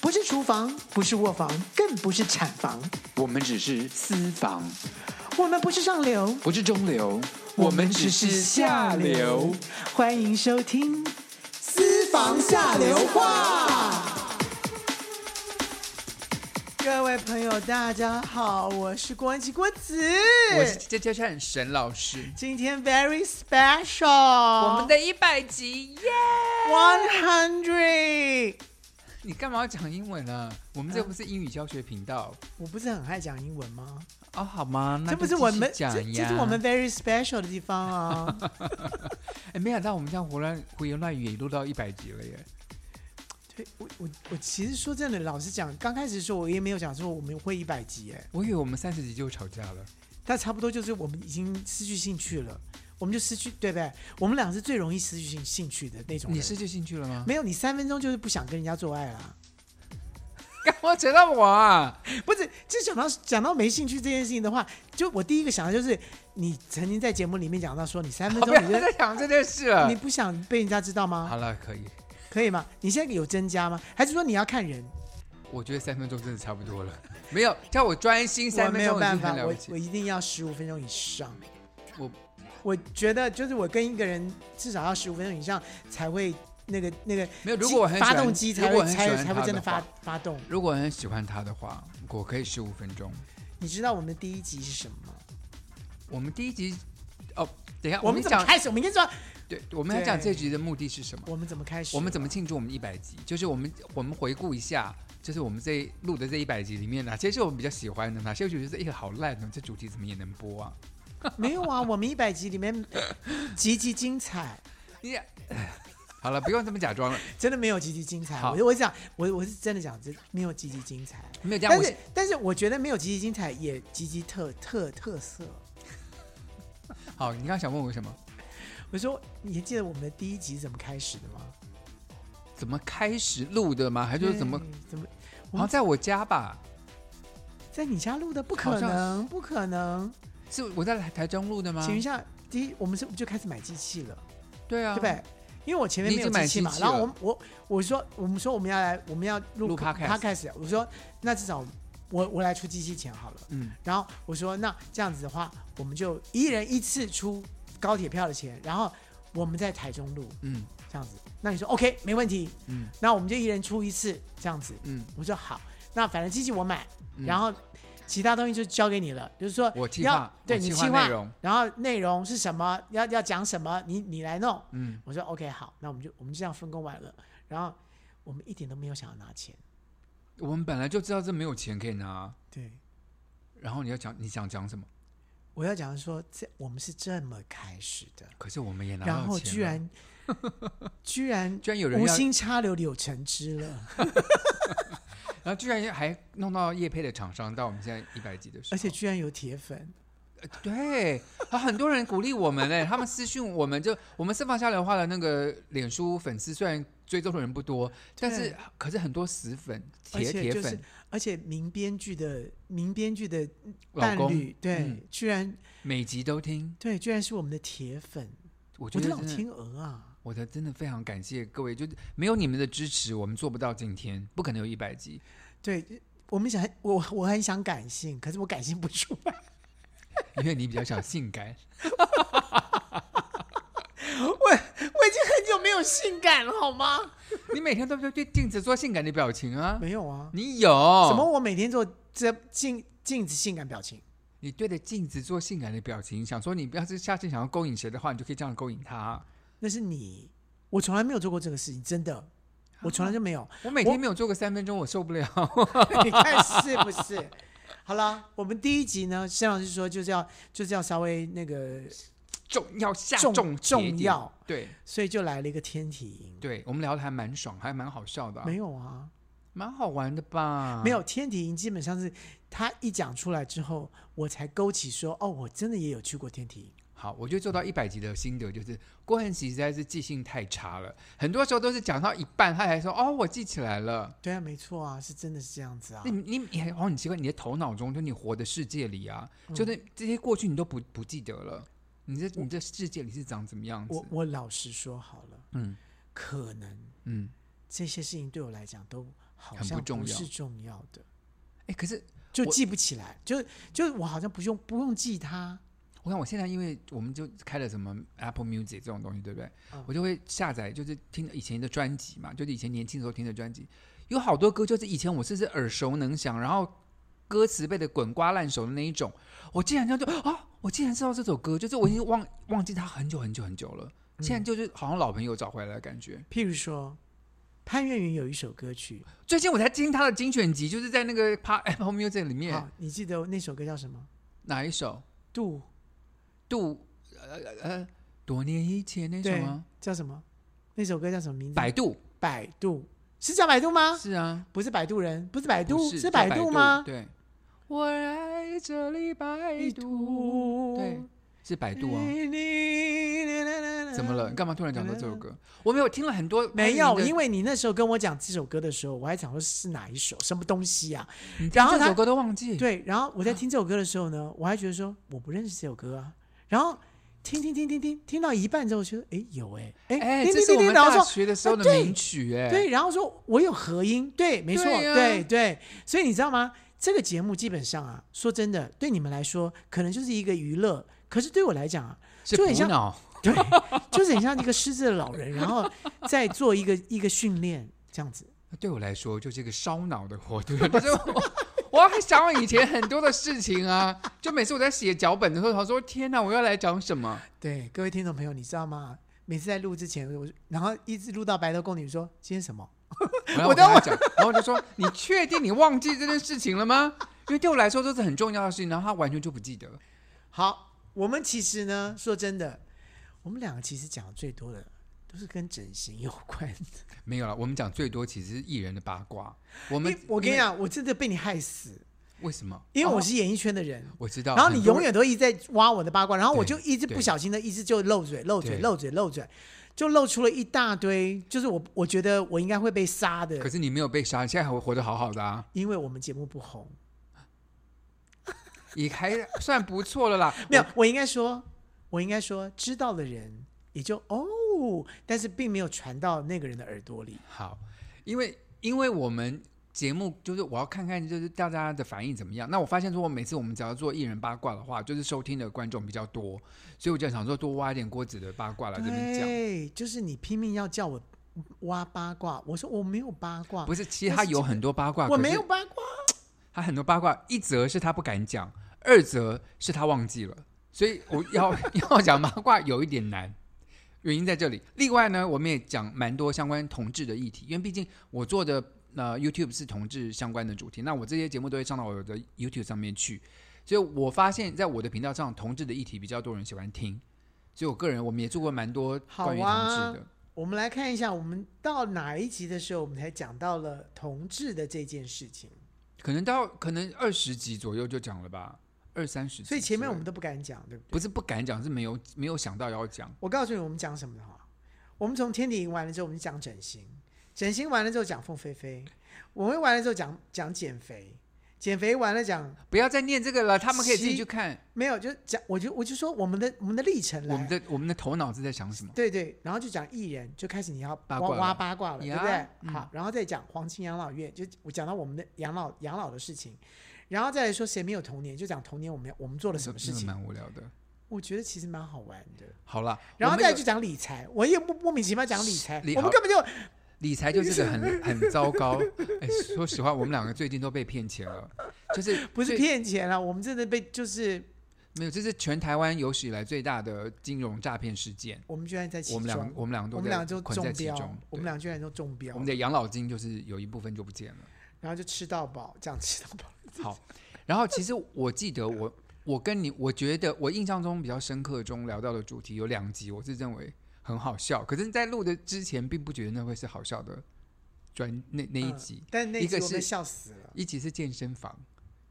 不是厨房，不是卧房，更不是产房，我们只是私房，我们不是上流，不是中流，我们只是下流。。欢迎收听《私房下流话》。各位朋友，大家好，我是郭安琪郭子，我是这这是沈老师。今天 very special，我们的一百集耶 one hundred。你干嘛要讲英文啊？我们这不是英语教学频道我不是很爱讲英文吗？哦，好吗？那这不是就继续我们，这讲呀这是我们 very special 的地方啊！哎，没想到我们这样胡乱胡言乱语也录到一百集了耶！对我我我其实说真的，老实讲，刚开始说我也没有讲说我们会一百集，哎，我以为我们三十集就吵架了。但差不多就是我们已经失去兴趣了，我们就失去，对不对？我们俩是最容易失去兴兴趣的那种人。你失去兴趣了吗？没有你三分钟就是不想跟人家做爱啦，干嘛扯到我啊？不是？就讲到讲到没兴趣这件事情的话，就我第一个想的就是你曾经在节目里面讲到说你三分哦好不钟要你就再讲这件事了 你。不想被人家知道吗好？了，可以。可以吗？你现在有增加吗？还是说你要看人？我觉得三分钟真的差不多了。没有，叫我专我心三没分有钟已办经法很，了我不起我。一定要十五分钟以上。我我觉得就是我跟一个人至少要十五分钟以上才会那个那个没有，如激果我很喜发欢动机才如会果我很喜才欢才他会真的话发发动。如果很喜欢他的话，我可以十五分钟。你知道我们的第一集是什么吗？我们第一集，哦，等一下，我我们们怎么讲，开始？我们应该知道对，我们要对讲这集的目的是什么？我们怎么开始？我们怎么庆祝我们一百集？就是我们我们回顾一下，就是我们这录的这一百集里面，哪些是我们比较喜欢的，哪些我觉得哎、好烂哦，这主题怎么也能播啊？没有啊？我们一百集里面极其精 彩，你好了，不用这么假装了，真的没有极其精彩。好我我讲我我是真的讲，这没有极其精彩。没有这样，但我是但是我觉得没有极其精彩，也极其特特特色。好，你刚刚想问我什么？我说，你还记得我们的第一集怎么开始的吗？怎么开始录的吗？还啊是说怎么？对嗯怎么好像在我家吧，在你家录的？不可好像能，不可能！是我在台中录的吗？请问一下，第一，我们是我们就开始买机器了，对啊，对不对？因为我前面你已没有经买器嘛，机器然后了我我我说我们说我们要来我们要录录 podcast podcast，我啊说那至少我我来出机器钱好了。嗯，然后我说那这样子的话，我们就一人一次出高铁票的钱，然后我们在台中录嗯这样子。那你说 OK 没问题，嗯那我们就一人出一次这样子。嗯，我说好，那反正机器我买，嗯然后其他东西就交给你了，就是说我计要划，对我你计计划内容，然后内容是什么，要要讲什么，你你来弄。嗯，我说 OK 好，那我们就我们就这样分工完了，然后我们一点都没有想要拿钱，我们本来就知道这没有钱可以拿，对。然后你要讲你想讲什么？我要讲的说，这我们是这么开始的，可是我们也拿到钱然了，后居 然居然居然有人无要，心插柳柳成枝 了，然后居然还弄到叶配的厂商到我们现在一百集的时候，而且居然有铁粉，呃对，啊，很多人鼓励我们嘞，他们私讯我们就我们私房下流话的那个脸书粉丝虽然追踪的人不多，但是可是很多死粉而铁且铁就是粉而且名编剧的名编剧的老伴公侣，对，嗯居然每集都听，对，居然是我们的铁粉，我觉我得的老真的天鹅啊！我的真的非常感谢各位，就是没有你们的支持，我们做不到今天，不可能有一百集。对我们想，我我很想感性，可是我感性不出 来，因为你比较想 性感，我我已经很久没有性感了，好吗？你每天都对镜子做性感的表情啊？没有啊，你有怎什么？我每天做这镜镜子性感表情？你对着镜子做性感的表情，想说你要是下次想要勾引谁的话，你就可以这样勾引他。那是你，我从来没有做过这个事情，真啊的，我从来就没 有。我每我天没有做个三分钟，我受不了。你看是不是？好了，我们第一集呢，沈老师说就是要就是要稍微那个，重要下重重重节点要，对所以就来了一个天体营。对，我们聊的还蛮爽，还蛮好笑的啊、没有啊，蛮好玩的吧？没有天体营，基本上是他一讲出来之后，我才勾起说，哦，我真的也有去过天体营。好，我就做到一百集的心得就是，郭恒喜实在是记性太差了，很多时候都是讲到一半，他还说哦，我记起来了。对啊，没错啊，是真的是这样子啊那。你你还哦，很奇怪，你的头脑中就你活的世界里啊，嗯就是这些过去你都不不记得了，你这你这世界里是长怎么样子我？我老实说好了，嗯可能嗯，这些事情对我来讲都好很不像重不要是重要的，哎，可是就我记不起来，就就我好像不用不用记它，我看我现在因为我们就开了什么 Apple Music 这种东西，对不对？嗯我就会下载，就是听以前的专辑嘛，就是以前年轻的时候听的专辑，有好多歌就是以前我甚至耳熟能详，然后歌词背的滚瓜烂熟的那一种，我竟然这样就啊，我竟然知道这首歌，就是我已经忘忘记它很久很久很久了，现嗯在就是好像老朋友找回来的感觉。譬如说潘越云有一首歌曲，最近我才听他的精选集，就是在那个 Pa- Apple Music 里面好，你记得那首歌叫什么？哪一首？杜杜呃呃，多年以前那首对吗？叫什么？那首歌叫什么名字？百度百度是叫百度吗？是啊，不是摆渡人，不是百不度，是是叫百百度吗？对，我爱这里百度，对，是百度啊。怎么了？你？干嘛突然讲到这首歌？我没有听了很多，没有，因为为你那时候跟我讲这首歌的时候，我还想说是哪一首，什么东西啊？然然后后这他首歌都忘记。，对，然后我在听这首歌的时候呢，我还觉得说我不认识这首歌啊，然后听听听听听，听到一半之后觉得哎有哎哎哎，听这听是听我听，们然后大说学的时啊候的对名曲，哎，对，然后说我有合音，对，没错，对呀对对，所以你知道吗？这个节目基本上啊，说真的，对你们来说可能就是一个娱乐，可是对我来讲啊， 是就很苦像恼。对，就是很像一个失智的老人，然后再做一个 一个训练这样子。对我来说就是一个烧脑的活动， 就是我我还想我以前很多的事情啊，就每次我在写脚本的时候，他说天哪，我要来讲什么？对，各位听众朋友，你知道吗？每次在录之前，我然后一直录到白头宫女说今天什么？然后我我等跟会他讲，然后我就说你确定你忘记这件事情了吗？因为对我来说这是很重要的事情，然后他完全就不记得。好，我们其实呢，说真的，我们两个其实讲的最多的都是跟整形有关的。没有了，我们讲最多其实是艺人的八卦。我我们我跟你因为讲，我真的被你害死，为什么？因为我哦是演艺圈的人。我知道，然后你很多永远都一直在挖我的八卦，然后我对就一直不对小心的，一直就漏嘴、漏嘴、对漏嘴、漏嘴，就漏出了一大堆，就是我我觉得我应该会被杀的可，是你没有被杀，你现在还活得好好的啊，因为我们节目不红。哦也还算不错了啦。 没有，我应该说，我应该说，知道的人也就哦，但是并没有传到那个人的耳朵里。好，因为因为我们节目就是我要看看就是大家的反应怎么样。那我发现如果每次我们只要做艺人八卦的话，就是收听的观众比较多，所以我就想说多挖一点郭子的八卦来这边讲。对，就是你拼命要叫我挖八卦，我说我没有八卦，不是，其实但他是有这个很多八卦，我可没是有八卦。他很多八卦，一则是他不敢讲，二则是他忘记了，所以我 要要讲八卦有一点难。原因在这里。另外呢，我们也讲蛮多相关同志的议题，因为毕竟我做的呃 YouTube 是同志相关的主题，那我这些节目都会上到我的 YouTube 上面去，所以我发现在我的频道上，同志的议题比较多人喜欢听，所以我个人我们也做过蛮多关于好同啊志的。我们来看一下，我们到哪一集的时候，我们才讲到了同志的这件事情。可能到可能二十集左右就讲了吧，二三十集之所类的。以前面我们都不敢讲，对不对？不是不敢讲，是没有没有想到要讲。我告诉你，我们讲什么的哈。我们从天体营完了之后，我们讲整形；整形完了之后讲凤飞飞；我们完了之后讲讲减肥；减肥完了讲不要再念这个了，他们可以自己其去看。没有，就讲我就我就说我们的我们的历程来，我们的我们的头脑是在想什么？对对，然后就讲艺人，就开始你要八挖卦了挖八卦了，对不对呀？嗯好，然后再讲黄金养老院，就我讲到我们的养老养老的事情，然后再来说谁没有童年，就讲童年我们我们做了什么事那个情，蛮无聊的。我觉得其实蛮好玩的。好了，然后我们再有就讲理财，我也不莫名其妙讲理财，理我们好根本就理财就是个很 很糟糕。哎，说实话，我们两个最近都被骗钱了，就是不是最骗钱啊了，我们真的被就是没有，这是全台湾有史以来最大的金融诈骗事件。我们居然在其我中，们两我们两个都我们俩就在捆在中其标中，，我们对俩居然都中标我，们的养老金就是有一部分就不见了。然后就吃到饱，这样吃到饱。好，然后其实我记得我我跟你，我觉得我印象中比较深刻中聊到的主题有两集，我是认为很好笑，可是，在录的之前并不觉得那会是好笑的专那那一嗯集，但那一集个我们是笑死了。一集是健身房。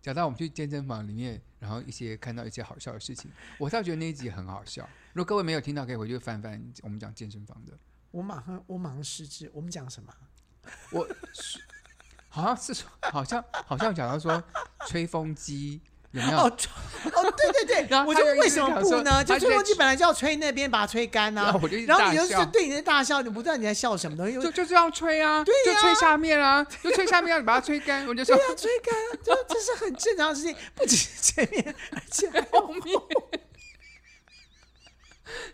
讲到我们去健身房里面，然后一些看到一些好笑的事情，我倒觉得那一集很好笑。如果各位没有听到，可以回去翻翻我们讲健身房的。我马上我马上失智，我们讲什么？我是好像是说好像好像讲到说吹风机，有没有？哦，吹哦，对对对， 然后我他就就一直为什么想不说呢？他就就吹在风机本来就要吹那边，把它吹干然呐 后。我就一直然后大你就是笑，对你在大笑，你不断你在笑什么东西？又就就这样吹啊，对呀就吹下面啊，就吹下面啊，你把它吹干，我就说 对啊，吹干啊，就这是很正常的事情，不只是前面，而且还后面，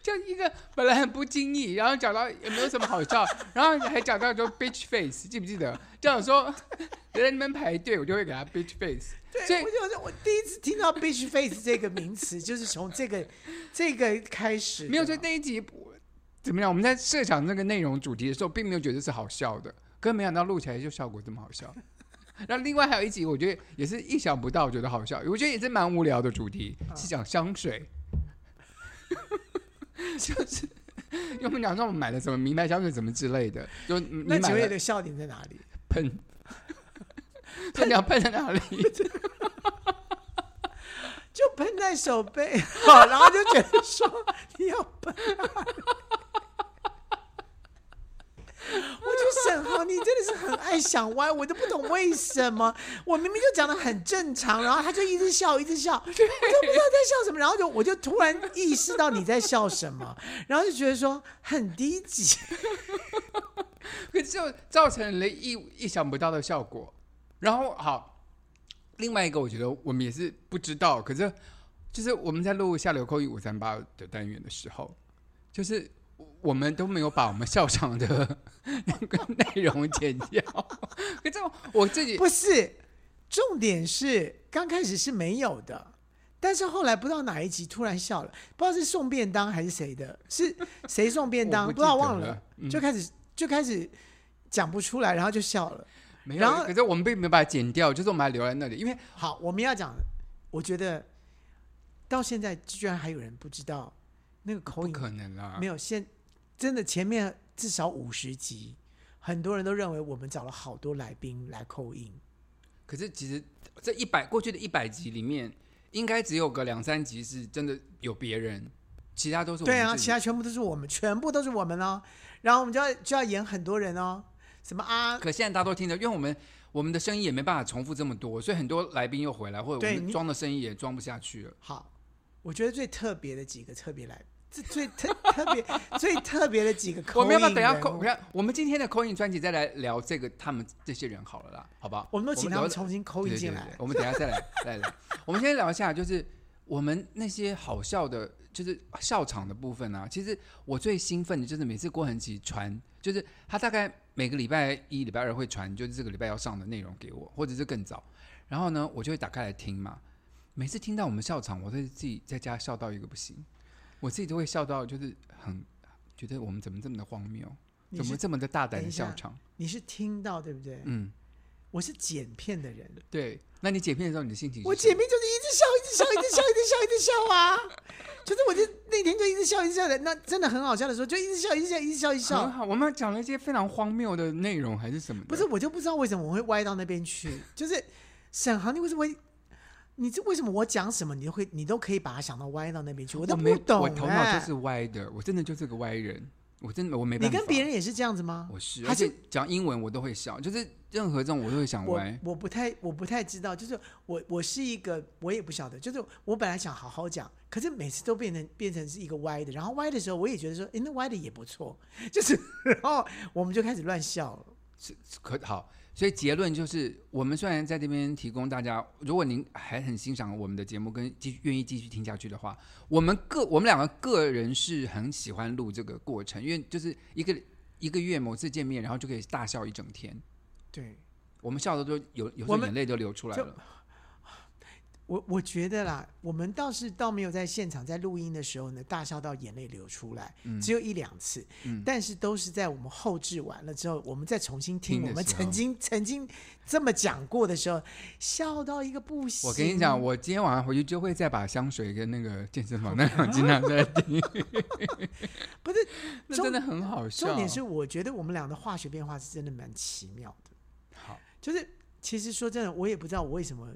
就一个本来很不经意，然后讲到也没有什么好笑， 然后还讲到说 bitch face，记不记得？这样说 人家那边排队，我就会给他 bitch face。所对，以我就我第一次听到 “bitch face” 这个名词，就是从这个这个开始的。没有在那一集我怎么样？我们在设想这个内容主题的时候，并没有觉得是好笑的，可没想到录起来就效果这么好笑。 然后另外还有一集，我觉得也是意想不到，觉得好笑，我觉得也是蛮无聊的主题，是讲香水， 就是因为我们讲说我们买了什么名牌香水什么之类的，就你那买请问你了的笑点在哪里？ 喷， 喷要喷在哪里？就喷在手背，好，然后就觉得说你要喷啊。我就沈豪，你真的是很爱想歪，我都不懂为什么。我明明就讲的很正常，然后他就一直笑，一直笑，我就不知道在笑什么。然后就我就突然意识到你在笑什么，然后就觉得说很低级。可是就造成了意意想不到的效果。然后好，另外一个我觉得我们也是不知道，可是就是我们在录下流扣一五三八的单元的时候，就是我们都没有把我们笑场的那个内容剪掉。可是我自己 不是，重点是刚开始是没有的，但是后来不知道哪一集突然笑了，不知道是送便当还是谁的， 是谁送便当，我不不知道记得忘了嗯就开始就开始讲不出来，然后就笑了。没有，然后可是我们并没有把它剪掉，就是我们还留在那里，因为好，我们要讲，我觉得到现在居然还有人不知道那个口不音可能啊啦没。有现，真的前面至少五十集。很多人都认为我们找了好多来宾来扣音，可是其实这一百过去的一百集里面，应该只有个两三集是真的有别人，其他都是我们对啊，自己其他全部都是我们，全部都是我们哦。然后我们就要就要演很多人哦，什么啊，可现在大家都听得，因为我们我们的声音也没办法重复这么多，所以很多来宾又回来，或者对我你们装的声音也装不下去了。好，我觉得最特别的几个特别来，这最特特别最特别的几个口我音们要不要等一下人扣？物我看我们今天的口音专辑再来聊这个他们这些人好了啦，好不好？我们都请他们聊重新扣音对进对来对。我们等一下再来再来聊。我们先聊一下，就是我们那些好笑的，就是笑场的部分啊。其实我最兴奋的就是每次郭恒奇传，就是他大概每个礼拜一、礼拜二会传，就是这个礼拜要上的内容给我，或者是更早。然后呢，我就会打开来听嘛。每次听到我们笑场，我都是自己在家笑到一个不行，我自己都会笑到就是很觉得我们怎么这么的荒谬，你怎么是这么的大等胆一的下笑场？你是听到对不对？嗯，我是剪片的人，对。那你剪片的时候，你的心情是我什么剪片就是一直笑，一直笑，一直笑，一直笑，一直笑啊！ 就是我就那天就一直笑，一直笑的，那真的很好笑的时候，就一直笑，一直笑，一直笑，一直笑很。好，我们讲了一些非常荒谬的内容，还是什么的？不是，我就不知道为什么我会歪到那边去。 就是沈航，你为什么会？你这为什么我讲什么，你都会，你都可以把它想到歪到那边去？我我都没不懂、我哎。头脑就是歪的，我真的就是个歪人，我真的我没办你法。跟别人也是这样子吗？我是，还而是且讲英文我都会笑，就是任何这种我都会想我歪。我不太我不太知道，就是我我是一个我也不晓得，就是我本来想好好讲，可是每次都变成变成是一个歪的，然后歪的时候我也觉得说，诶，那歪的也不错， 就是然后我们就开始乱笑了。可好，所以结论就是，我们虽然在这边提供大家，如果您还很欣赏我们的节目，跟继续愿意继续听下去的话，我们个我们两个个人是很喜欢录这个过程，因为就是一个一个月某次见面，然后就可以大笑一整天。对我们笑的都有，有时我候们眼泪都流出来就了。我我觉得啦，我们倒是倒没有在现场在录音的时候呢，大笑到眼泪流出来，嗯只有一两次，但是都是在我们后置完了之后，我们再重新听听的我们时候曾经曾经这么讲过的时候，笑到一个不行。我跟你讲，我今天晚上回去就会再把香水跟那个健身房那两集拿再听， 不是那重真的很好笑。重点是，我觉得我们俩的化学变化是真的蛮奇妙的。好，就是其实说真的，我也不知道我为什么。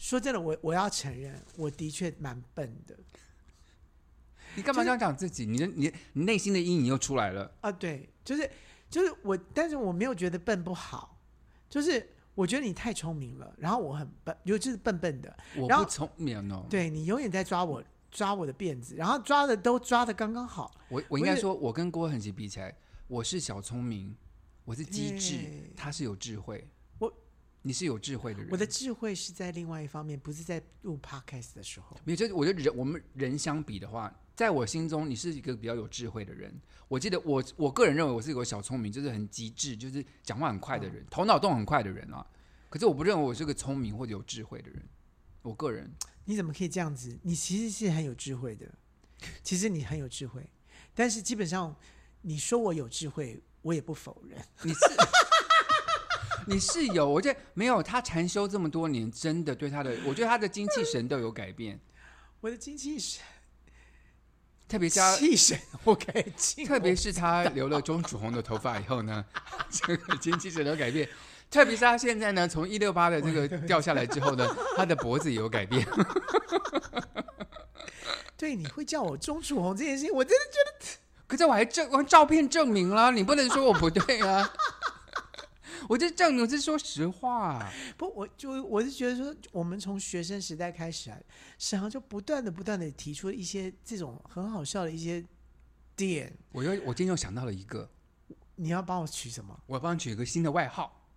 说真的，我我要承认，我的确蛮笨的你干嘛这样讲自己？你的你你内心的阴影又出来了。啊。对，就是就是我，但是我没有觉得笨不好，就是我觉得你太聪明了，然后我很笨，尤其是笨笨的，我然后不聪明哦，对你永远在抓我抓我的辫子，然后抓的都抓的刚刚好，我我应该不是说，我跟郭恒琪比起来，我是小聪明，我是机智对，他是有智慧。我你是有智慧的人，我的智慧是在另外一方面，不是在录 podcast 的时候。没有，就是我觉得人我们人相比的话，在我心中你是一个比较有智慧的人。我记得我我个人认为我是一个小聪明，就是很机智，就是讲话很快的人，头脑动很快的人啊。可是我不认为我是个聪明或者有智慧的人，我个人你怎么可以这样子？你其实是很有智慧的，其实你很有智慧，但是基本上你说我有智慧，我也不否认。你是 你是有，我觉得没有他禅修这么多年，真的对他的，我觉得他的精气神都有改变，我的精气神，特别是他气神 我改进，特别是他留了钟楚红的头发以 后呢，这个经济整个改变。特别是他现在呢，从一六八的这个掉下来之后呢，他的脖子也有改变。对你会叫我钟楚红这件事情，我真的觉得可是我还证，我还照片证明了，你不能说我不对啊。 我就证明，我是说实话。不，我就我是觉得说，我们从学生时代开始啊，沈航就不断的不断的提出一些这种很好笑的一些点。我又，我今天又想到了一个，你要帮我取什么？我要帮你取一个新的外号。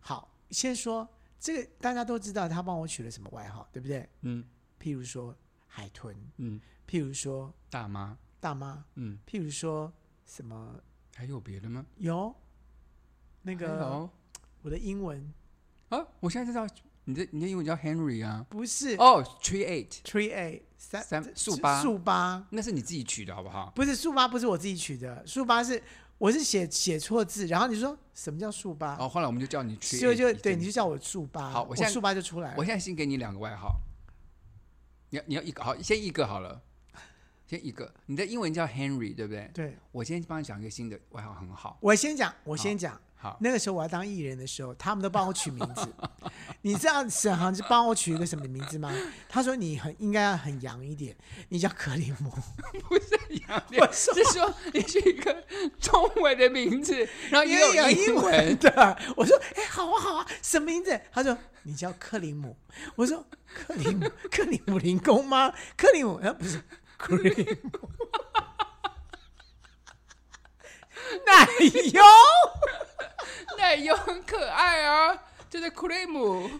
好，先说这个，大家都知道他帮我取了什么外号，对不对？嗯譬如说海豚，嗯，譬如说大妈，大妈，嗯，譬如说什么还有别的吗？有那个 Hello 我的英文啊，我现在知道你的你的英文叫 Henry 啊。不是哦、t r e e Eight， tree a 三三速八速八那是你自己取的好不好？不是速八不是我自己取的，速八是我是写写错字，然后你说什么叫速八？哦，后来我们就叫你 Tree 就 Eight 就一阵对，子你就叫我速八，好我我现在速八就出来我了。现在先给你两个外号，你要你要一个好，先一个好了， 先一个。你的英文叫 Henry 对不对？对，我先帮你想一个新的外号，很好。我先讲，我先讲。好，那个时候我要当艺人的时候，他们都帮我取名 字。你知道沈航就帮我取一个什么名字吗？他说你很应该要很洋一点，你叫克里 姆。 我是说你是一个中文的名字， 然后也因为有有英文 文。的。我说，哎、好啊，好啊，什么名字？他说，你叫克林姆。我说，克林姆， 克林姆林工吗？克林姆，呃，不是，克林 姆。奶油，奶油很可爱啊，就是 cream，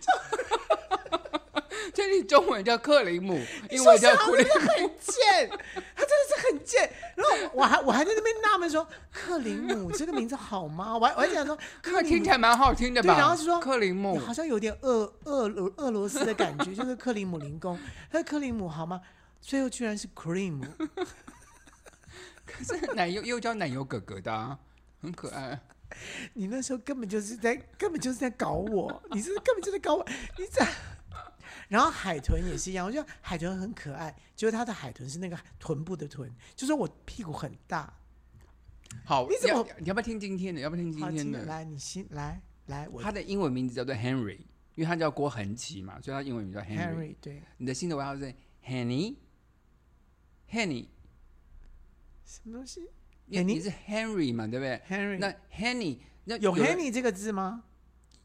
就是你中文叫克林姆，英文叫说实 cream 话。真的很贱，他真的是很贱。然后我还我还在那边纳闷说，克林姆这个名字好吗？我还我还 想说，克克林听姆起来蛮好听的吧？对然后是说克林姆你，好像有点俄俄罗俄罗斯的感觉，就是克里姆林宫，他说克里姆好吗？最后居然是 cream，可是 奶油又叫奶油哥哥的、啊，很可爱。你那时候根本就是在根本就是在搞我，你是根本就在搞我，你在。然后海豚也是一样，我觉得海豚很可爱，结果它的海豚是那个臀部的臀，就说我屁股很大。好，你怎要么你要不要听今天的？要不要听今好，天听着的？来，你先来来，我他的英文名字叫做 Henry，因为他叫郭恒奇嘛，所以他英文名叫 Henry。 Henry 对你的新的外号是 Henny，Henny，什么东西你 Henny？你是 Henry 嘛，对不对？ Henry 那 Henny 那有的 Henry 这个字吗？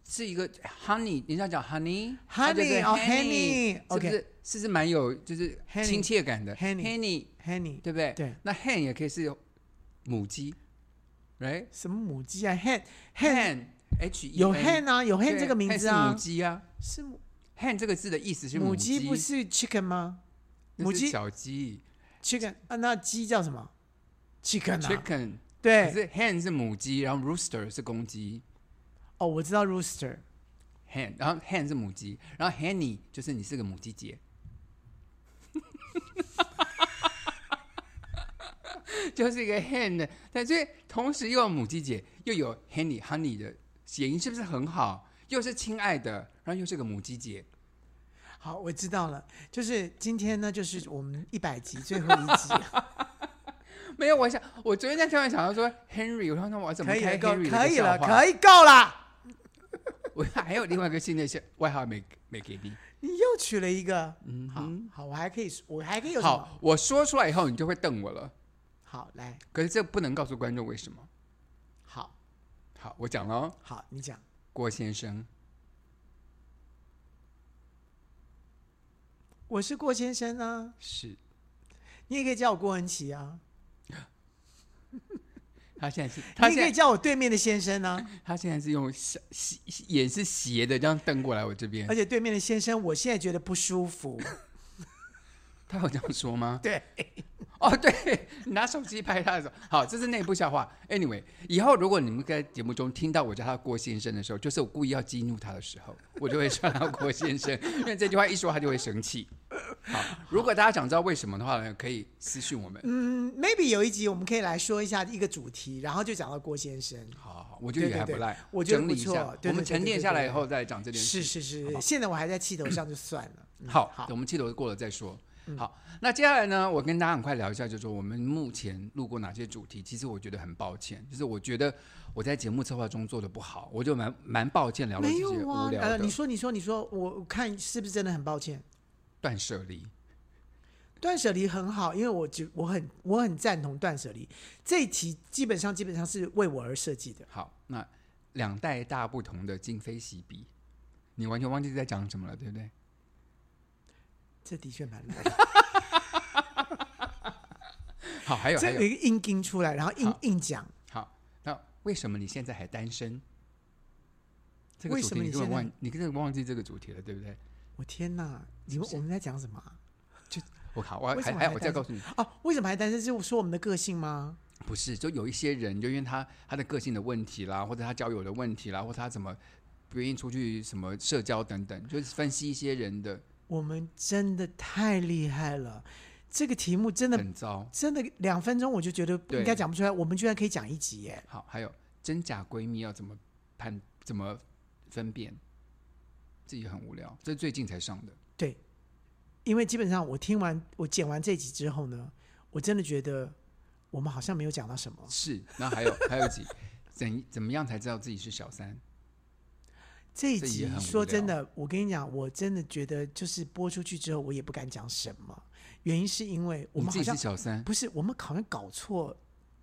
是一个 Honey，人家讲 Honey，它就是 Honey，哦 Henny，是不 Henny，OK 是是不是蛮有就是 Henny，亲切感的 Henny Henny， Henry 对不对？对。那 Hen 也可以是母鸡，right？什么母鸡啊？hen hen hen h E 有 hen hen 啊，有 hen 这个名字啊母，鸡啊是母，hen 这个字的意思是母鸡，鸡不是 chicken 吗那是母鸡小鸡？chicken 啊，那鸡叫什么？chicken 啊， chicken，可对，是 hen 是母鸡，然后 rooster 是公鸡哦，我知道 rooster， hen，然后 hen 是母鸡，然后 henny 就是你是个母鸡姐。 就是一个 hen 的，但所以同时又有母鸡姐，又有 henny honey 的谐音，是不是很好？又是亲爱的，然后又是个母鸡姐，好，我知道了，就是今天呢，就是我们一百集最后一集， 没有，我想我昨天在突然想到说 Henry，我想说我要 怎么可以了，开够， Henry 可以了，以。可以够了， 我还有另外一个新的小外号没没给你。你又取了一个，嗯好哼好，我还可以，我还可以有什么？好，我说出来以后你就会瞪我了，好，来，可是这不能告诉观众为什么。好好，我讲了哦，好，你讲，郭先生，我是郭先生啊，是你也可以叫我郭文琪啊，他现在是，他你也可以现在叫我对面的先生啊，他现在是用斜斜眼是斜的这样瞪过来我这边而，且对面的先生，我现在觉得不舒 服。他有这样说吗？对，哦，对， 拿手机拍他的时候，好，这是内部笑话。Anyway，以后如果你们在节目中听到我叫他郭先生的时候，就是我故意要激怒他的时候，我就会说他郭先生， 因为这句话一说他就会生气。好，如果大家想知道为什么的话呢，可以私信我们。嗯，maybe 有一集我们可以来说一下一个主题，然后就讲到郭先生。好好，好我觉得也还不赖，对对对我觉得整理不一错下，对对我们沉淀下来以后再来讲这件事。是是是，现在我还在气头上，就算了。嗯好，好嗯等我们气头过了再说。好，那接下来呢，我跟大家很快聊一下，就是说我们目前录过哪些主题。其实我觉得很抱歉，就是我觉得我在节目策划中做的不好，我就蛮蛮抱歉聊了这没些有无啊，聊呃，的你说你说你说，我看是不是真的很抱歉？断舍离。断舍离很好，因为我只我很我很赞同断舍离这一题，基本上基本上是为我而设计的。好，那两代大不同的今非昔比，你完全忘记在讲什么了，对不对？这的确蛮累 的，好，还有还这有有，一个硬盯出来，然后硬好硬讲，好，那为什么你现在还单身？这个为主什么你题你根本现在忘，你根本忘记这个主题了，对不对？我天哪！你们我们在讲什么啊、我靠，我为什还么还有还我单身再告诉你，哦，为什么还单身？是说我们的个性吗？不是，就有一些人，就因为他他的个性的问题啦，或者他交友的问题啦，或者他怎么不愿意出去什么社交等等，就是分析一些人的我们真的太厉害了，这个题目真的很糟。真的两分钟我就觉得对应该讲不出来，我们居然可以讲一集耶！好，还有真假闺蜜要怎么判，怎么分辨，自己很无聊。这是最近才上的，对，因为基本上我听完我剪完这集之后呢，我真的觉得我们好像没有讲到什么。是。然后还有还有一集， 怎怎么样才知道自己是小三？这一这也集很无说真聊的，我跟你讲，我真的觉得就是播出去之后，我也不敢讲什么，原因是因为我你们自好己是像小三？不是我们好像搞错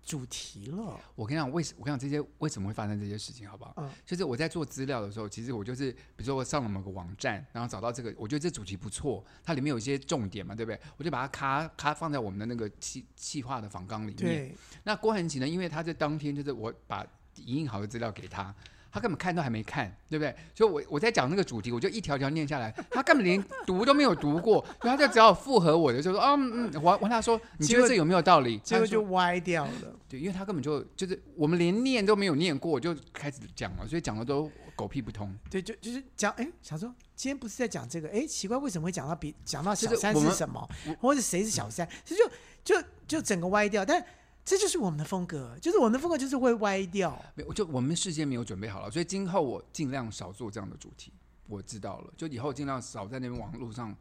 主题了。我跟你讲，为什我跟你讲这些为什么会发生这些事情，好不好？嗯就是我在做资料的时候，其实我就是，比如说我上了某个网站，然后找到这个，我觉得这主题不错，它里面有一些重点嘛，对不对？我就把它咔咔放在我们的那个企企划的访纲里面。对，那郭恒奇呢，因为他在当天就是我把影印好的资料给他。他根本看都还没看，对不对？所以我我在讲那个主题，我就一条条念下来，他根本连读都没有读过，所以他就只好附和我的，就说：“哦嗯嗯。”我我问他说：“你觉结得果这有没有道理？”结果他说就歪掉了。对，因为他根本就就是我们连念都没有念过，就开始讲了，所以讲的都狗屁不通。对，就就是讲，哎，想说今天不是在讲这个，哎，奇怪，为什么会讲到比讲到小就是三我是们什么，或者谁是小三，这就就就整个歪掉。但这就是我们的风格，就是我们的风格就是会歪掉。没有，就我们事先没有准备好了，所以今后我尽量少做这样的主题。我知道了，就以后尽量少在那边网络上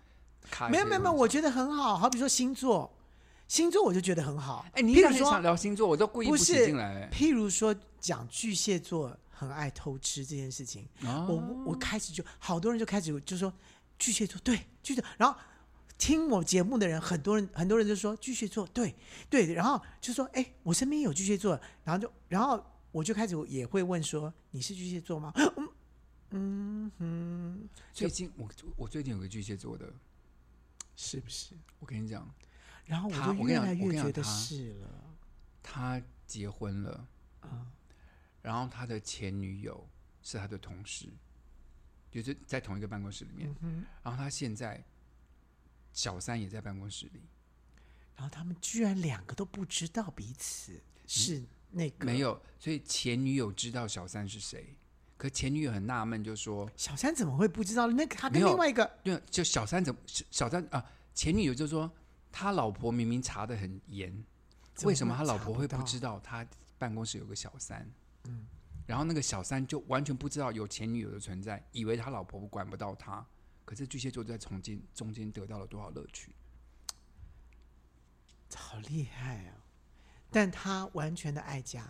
开。没有没有没有，我觉得很好。好比说星座，星座我就觉得很好。哎，你譬一直如很想说，聊星座，我都故意不写是进来。譬如说讲巨蟹座很爱偷吃这件事情，啊我我开始就好多人就开始就说巨蟹座对巨蟹，座，然后听我节目的人，很多人很多人就说巨蟹座对对，然后就说哎，我身边有巨蟹座，然后就然后我就开始也会问说你是巨蟹座吗？最近我我最近有个巨蟹座的， 是不是？我跟你讲，然后我他就我跟你越讲来我越跟你觉得讲他是了，他结婚了然后他的前女友是他的同事，就是在同一个办公室里面，然后他现在小三也在办公室里，然后他们居然两个都不知道彼此是那个嗯没有，所以前女友知道小三是谁，可前女友很纳闷，就说小三怎么会不知道那个他跟没有另外一个对，就小三怎么小小三啊？前女友就说他老婆明明查的很严，怎么为什么会他老查婆不会不到嗯知道他办公室有个小三？然后那个小三就完全不知道有前女友的存在，以为他老婆管不到他。可是巨蟹座在从间中间得到了多少乐趣？好厉害啊？但他完全的爱家，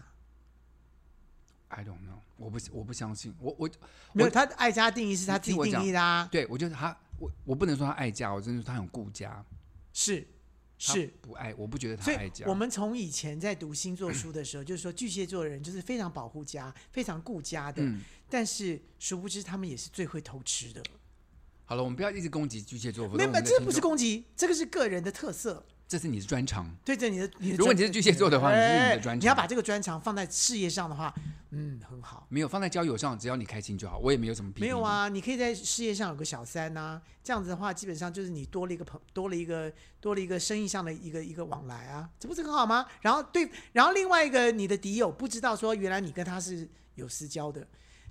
I don't know，我不我不相信，我我没有他的爱家定义是他自己听我定义的啊，对我觉得他我我不能说他爱家，我真的说他很顾家，是他是。不爱，我不觉得他所爱以家。我们从以前在读星座书的时候， 就是说巨蟹座的人就是非常保护家、非常顾家的，嗯但是殊不知他们也是最会偷吃的。好了，我们不要一直攻击巨蟹座，否则没我有，们的这听不是众，攻击，这个是个人的特色。这是你的专长。对着你的，你的如果专你是巨蟹座的话，你是你哎的专长。你要把这个专长放在事业上的话，嗯，很好。没有放在交友上，只要你开心就好，我也没有什么批评。没有，啊，你可以在事业上有个小三呐、这样子的话，基本上就是你多了一个朋，多了一个多了一个生意上的一个一个往来啊，这不是很好吗？然后对，然后另外一个你的敌友不知道说原来你跟他是有私交的，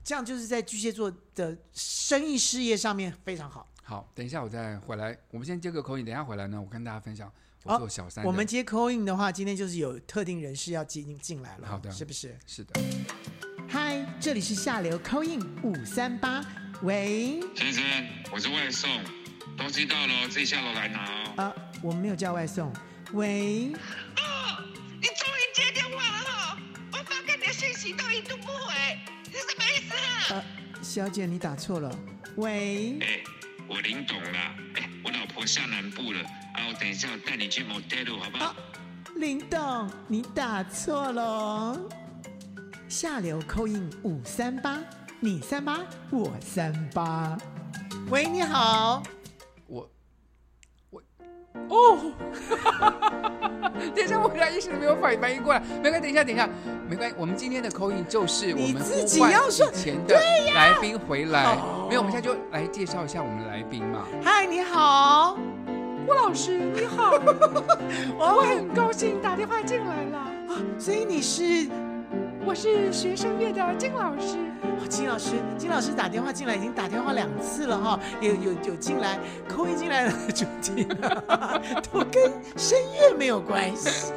这样就是在巨蟹座的生意事业上面非常好。好，等一下我再回来，我们先接个口音，等一下回来呢，我跟大家分享哦我做小三的、我们接 call in 的话，今天就是有特定人士要进进来了，好的是不是？是的，嗨，这里是下流 call in 五三八，喂，先生，我是外送，东西到了哦自己下楼来拿哦。呃，我们没有叫外送，喂。哦，你终于接电话了哈、我发给你的信息都一度不回，是什么意思啊？呃，小姐，你打错了。喂，哎、我林董啦，哎、我老婆下南部了，啊，我等一下我带你去 motel 好不好？林董，你打错了哦。下流扣印五三八，你三八，我三八。喂，你好。我哦， 等一下我俩一时没有反应反应过来，没关系，等一下等一下，没关系，我们今天的口音就是我你们自己呼唤要说以前的来宾回来，哦没有，我们现在就来介绍一下我们来宾嘛。嗨，你好。郭老师，你好， 哦我很高兴打电话进来了。啊所以你是我是学生乐的金老师，哦金老师，金老师打电话进来，已经打电话两次了哈、有有有进来，扣印进来的主题了 都跟声乐没有关系。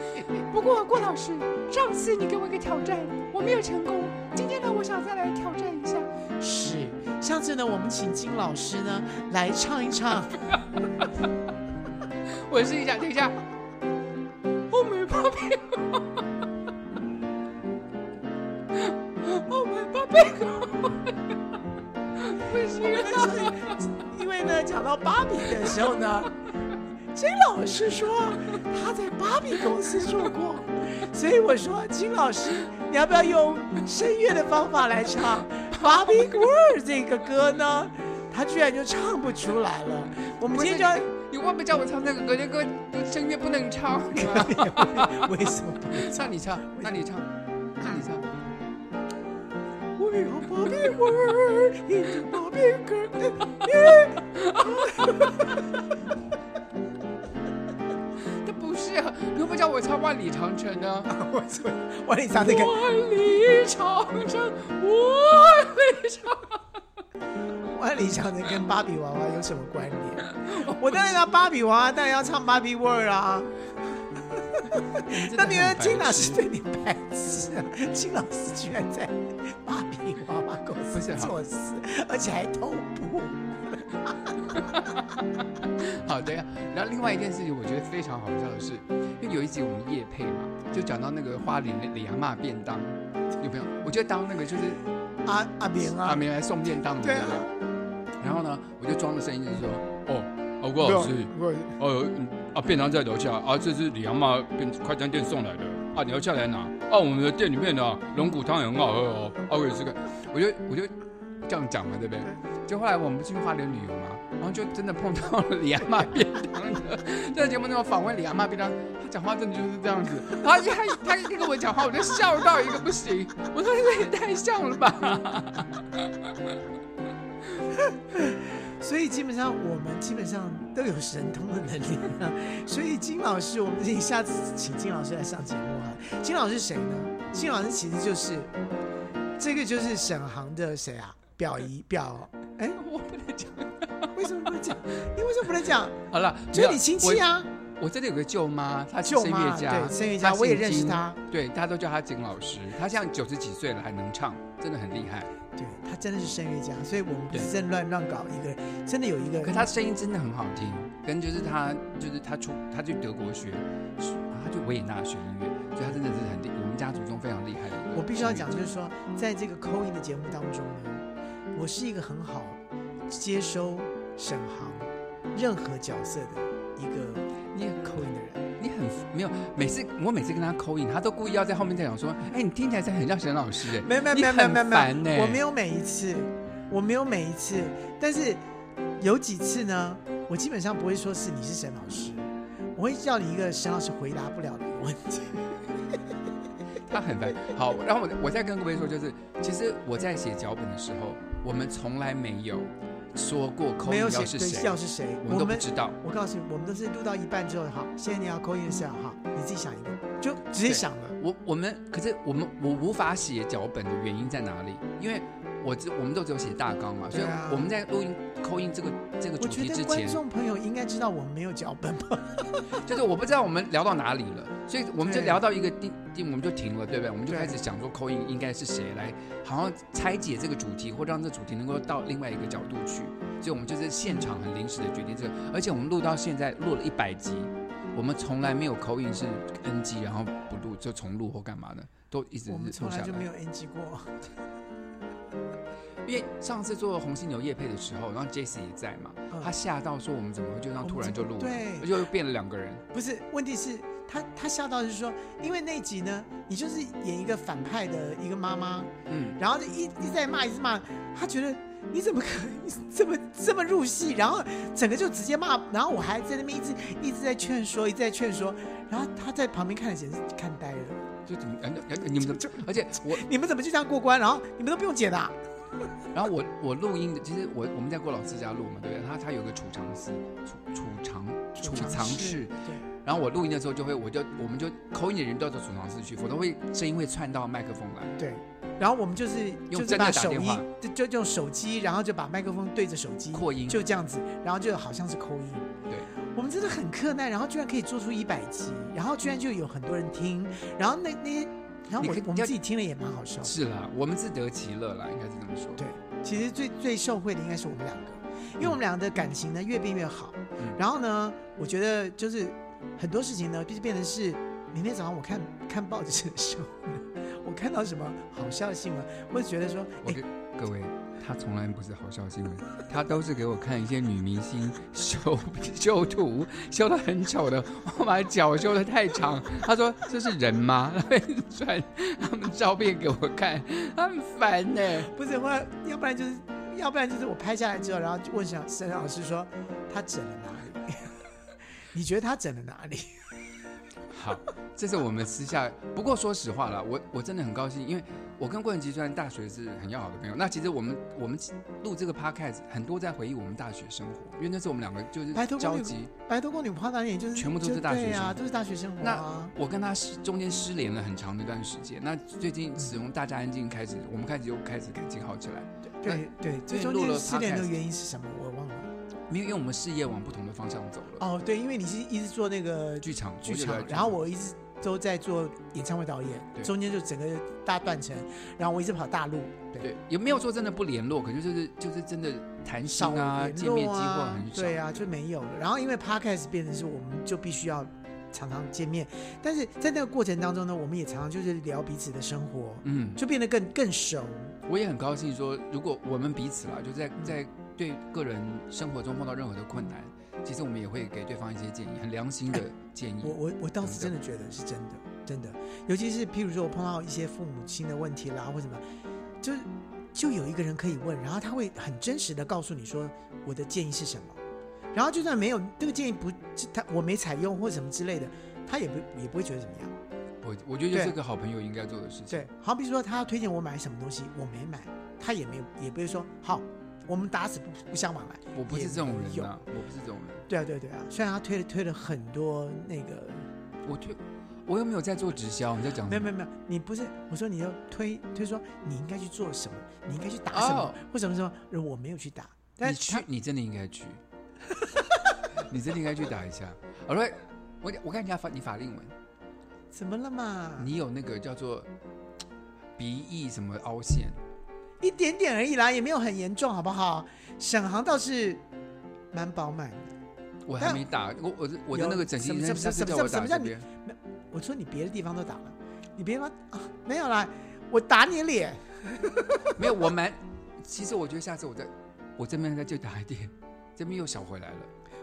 不过郭老师，上次你给我一个挑战，我没有成功。今天呢，我想再来挑战一 下。是，上次呢，我们请金老师呢来唱一唱，我试一下，等一下，欧美巴贝，欧美巴贝，不行但了，是 因为呢，讲到芭比的时候呢，金老师说他在芭比公司做过，所以我说金老师，你要不要用声乐的方法来唱《芭比 girl》这个歌呢？他居然就唱不出来了。我们不今天是就要你会不会叫我唱那个歌？那个歌声乐不 能唱，为什么？啊那你唱，那你唱，那你唱。 我有芭比 girl，一只芭比 girl。这不是，你会不会叫我唱《万里长城》呢？ 我怎么？万里长那个万里长城，万里长。万里长城跟芭比娃娃有什么关 联？我当然要芭比娃娃，当然要唱芭比 world 啊。 那你的金老师对你白痴啊！金老师居然在芭比娃娃公不司是好做事，而且还偷步。好的呀。然后另外一件事情，我觉得非常好笑的是，因为有一集我们夜配嘛，就讲到那个花莲的李阿嬷便当，有没有？我就当那个就是阿阿明阿啊，明来送便当的对人啊。然后呢，我就装了声音，就是说，哦，哦，郭老师，哦，嗯啊，便当在楼下啊，这是李阿嬷便快餐店送来的啊，你要下来拿啊，我们的店里面的、龙骨汤也很好喝哦，啊，我也是个，我就我就这样讲嘛，对不对？就后来我们不是去花莲旅游嘛，然后就真的碰到了李阿嬷便当的，在节目中访问李阿嬷便当，她讲话真的就是这样子，她她她一跟我讲话，我就笑到一个不行，我说这也太像了吧。所以基本上我们基本上都有神通的能力啊。所以金老师，我们得下次请金老师来上节目啊。金老师谁呢？金老师其实就是这个就是沈航的谁啊？表姨表哎，我不能讲。为什么不能讲？你为什么不能讲？好了，就是你亲戚啊，我。我这里有个舅妈，她是舅声妈乐家，对声乐家，她姓我也认识金他。对，大家都叫他景老师，他现在九十几岁了还能唱，真的很厉害。对他真的是声乐家，所以我们不对是真乱乱搞一个，真的有一个可他声音真的很好听，跟就是他就是他出他去德国学，学啊他去维也纳学音乐，所以他真的是很厉，我们家族中非常厉害的一个。我必须要讲，就是说，在这个扣音的节目当中呢，我是一个很好接收沈航任何角色的一个你很抠扣音的人。你很没有，每次我每次跟他口音，他都故意要在后面再讲说，哎、你听起来是很像沈老师哎、没有没有你没有没有很没有烦没有，欸我没有每一次，我没有每一次，但是有几次呢，我基本上不会说是你是沈老师，我会叫你一个沈老师回答不了的问题。他很烦。好，然后我我再跟各位说，就是其实我在写脚本的时候，我们从来没有说过 口没音有要写是对谁，要是谁，我们都不知道。我告诉你，我们都是录到一半之后，好，现在你要扣音是好，你自己想一个，就直接对想了。我我们可是我们我无法写脚本的原因在哪里？因为我只我们都只有写大纲嘛，所以对啊我们在录音扣音这个这个主我觉题得之观前，众朋友应该知道我们没有脚本吧？ 就是我不知道我们聊到哪里了，所以我们就对聊到一个地地，我们就停了，对不对？我们就对开始想说扣音应该是谁来，好像拆解这个主题，或让这主题能够到另外一个角度去。所以我们就是现场很临时的决定这个，而且我们录到现在录了一百集，我们从来没有扣音是 NG，然后不录就重录或干嘛的，都一直我们录从下来就来没。有 NG 过。因为上次做红犀牛夜配的时候，然后 Jesse 也在嘛，嗯他吓到说我们怎么会就这样我们突然就怎么录了，对而且又变了两个人。不是，问题是他他吓到是说，因为那集呢，你就是演一个反派的一个妈妈，嗯，然后就一一直在骂，一直骂，他觉得你怎么可以这么这么入戏，然后整个就直接骂，然后我还在那边一直一直在劝说，一直在劝说，然后他在旁边看的简直看呆了，就怎么，呃呃你们怎么，而且我你们怎么就这样过关？然后你们都不用解答，然后我我录音的，其实我我们在郭老师家录嘛，对不对？他他有个储藏室、储储藏、储藏室。对，然后我录音的时候就会，我就我们就口音的人都要到储藏室去，否则会声音会串到麦克风来。对。然后我们就是就真是的把打手电音话就就用手机，然后就把麦克风对着手机扩音就这样子，然后就好像是扣音。对，我们真的很克难，然后居然可以做出一百集，然后居然就有很多人听，然后那那些，然后你我可以我你们要自己听了也蛮好笑的。是啦，我们自得其乐啦，应该是这么说。对，其实最最受惠的应该是我们两个，因为我们俩的感情呢越变越好。嗯然后呢，我觉得就是很多事情呢，就是变成是明天早上我看看报纸的时候，我看到什么好笑的新闻，我就觉得说，我哎、跟各位，他从来不是好笑新闻，他都是给我看一些女明星 修修图，修的很丑的，我把脚修的太长。他说这是人吗？ 他会传他们照片给我看，他很烦呢、不是，或者要不然就是，要不然就是我拍下来之后，然后就问沈沈老师说他整了哪里？ 你觉得他整了哪里？好，这是我们私下。不过说实话啦，我我真的很高兴，因为我跟郭仁吉虽然大学是很要好的朋友，那其实我们我们录这个 podcast 很多在回忆我们大学生活，因为那时候我们两个就是拜托交郭集。白头宫女花篮也就是全部都是就大学对啊，生都是大学生活那啊。我跟他失中间失联了很长的一段时间。那最近使用大家安静开始，我们开始又开始感情好起来。对对，最中录间了失联的 podcast 原因是什么？我忘了。没有，因为我们事业往不同的方向走了。哦，对，因为你是一直做那个剧场，剧我就在场，然后我一直都在做演唱会导演，对中间就整个大断层，然后我一直跑大陆，对，对也没有说真的不联络，可能就是就是真的谈心少联啊，络见面机会啊很，少。对啊，就没有了。然后因为 podcast 变成是我们就必须要常常见面，但是在那个过程当中呢，我们也常常就是聊彼此的生活，嗯，就变得更更熟。我也很高兴说，如果我们彼此啦，就在在对个人生活中碰到任何的困难，其实我们也会给对方一些建议，很良心的建议。哎我我我倒是真的觉得是真的，真的，尤其是譬如说我碰到一些父母亲的问题啦，或什么，就是就有一个人可以问，然后他会很真实的告诉你说我的建议是什么，然后就算没有这个建议不他我没采用或什么之类的，他也不也不会觉得怎么样。我我觉得这是对个好朋友应该做的事情。对，好比说他要推荐我买什么东西，我没买，他也没有也不会说好，我们打死不不相往来。我不是也这种没有人啊，我不是这种人。对啊对啊对啊，虽然他推了推了很多那个我推，我又没有在做直销，你在讲没什有没么？有没有，你不是我说你要推推说你应该去做什么，你应该去打什么哦或什么什么，然后我没有去打，但你是去他，你真的应该去， 你真的应该去打一下。好了，我我看人家法你法令纹，怎么了嘛？你有那个叫做鼻翼什么凹陷，一点点而已啦，也没有很严重，好不好？沈航倒是蛮饱满的。我还没打，我我的我的有那个整形医什生么他是什么叫我什打么这叫你边，我说你别的地方都打了，你别的地方啊没有啦，我打你脸，没有我蛮，其实我觉得下次我在我这边再就打一点，这边又小回来了。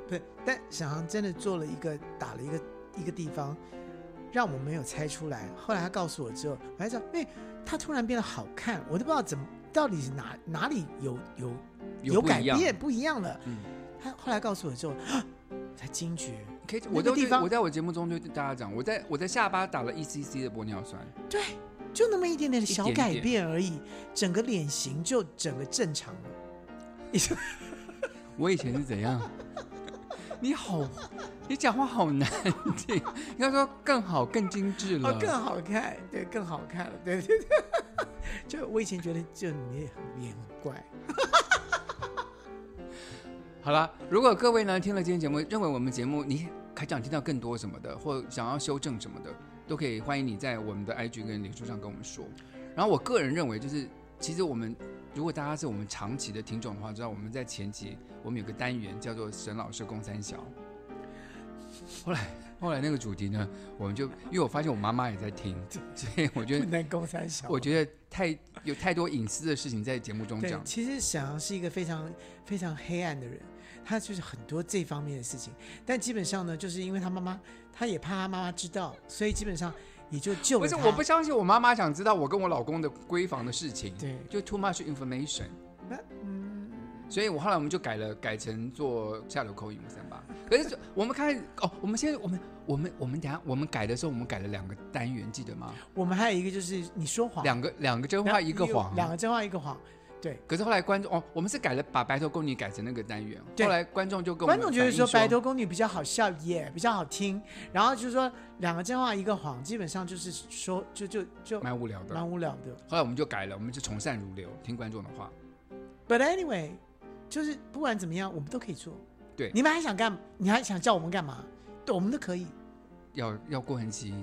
不是？但沈航真的做了一个打了一个一个地方，让哎我没有猜出来。后来他告诉我之后，我还说，因为他突然变得好看，我都不知道怎么到底是哪哪里有有有不改一样变不一样了？嗯他后来告诉我之后，啊才惊觉，可以，那我个都地对方我在我节目中就对大家讲，我在我在下巴打了 E C C 的玻尿酸，对，就那么一点点的小一点改点变而已，整个脸型就整个正常了。我以前是怎样？ 你好，你讲话好难听，应该说更好、更精致了。哦，更好看，对，更好看了，对对对。 就我以前觉得，就你也很怪，好了，如果各位呢听了今天节目，认为我们节目你还想听到更多什么的，或想要修正什么的，都可以欢迎你在我们的 IG 跟脸书上跟我们说。然后我个人认为，就是其实我们如果大家是我们长期的听众的话，知道我们在前期我们有个单元叫做“沈老师公三小”，后来后来那个主题呢，我们就因为我发现我妈妈也在听，所以我觉不得能公三小。我觉得太有太多隐私的事情在节目中对讲，。其实小杨是一个非常非常黑暗的人，他就是很多这方面的事情，但基本上呢，就是因为他妈妈，他也怕他妈妈知道，所以基本上也就救不了是，他。我不相信我妈妈想知道我跟我老公的闺房的事情，对就 too much information，那所以我后来我们就改了，改成做下流口语五三八。可是我们开始哦，我们现在我们我们我们等一下我们改的时候，我们改了两个单元，记得吗？我们还有一个就是你说谎，两个两个真然后话一个谎，两个真话一个谎。对，可是后来观众哦，我们是改了把白头宫女改成那个单元，对后来观众就跟我们观众觉得反映说说白头宫女比较好笑，也比较好听，然后就是说两个真话一个谎，基本上就是说就就就蛮无聊的，蛮无聊的。后来我们就改了，我们就从善如流，听观众的话。 But anyway，就是不管怎么样，我们都可以做。对你们还想干？你还想叫我们干嘛？对，我们都可以要要过恒期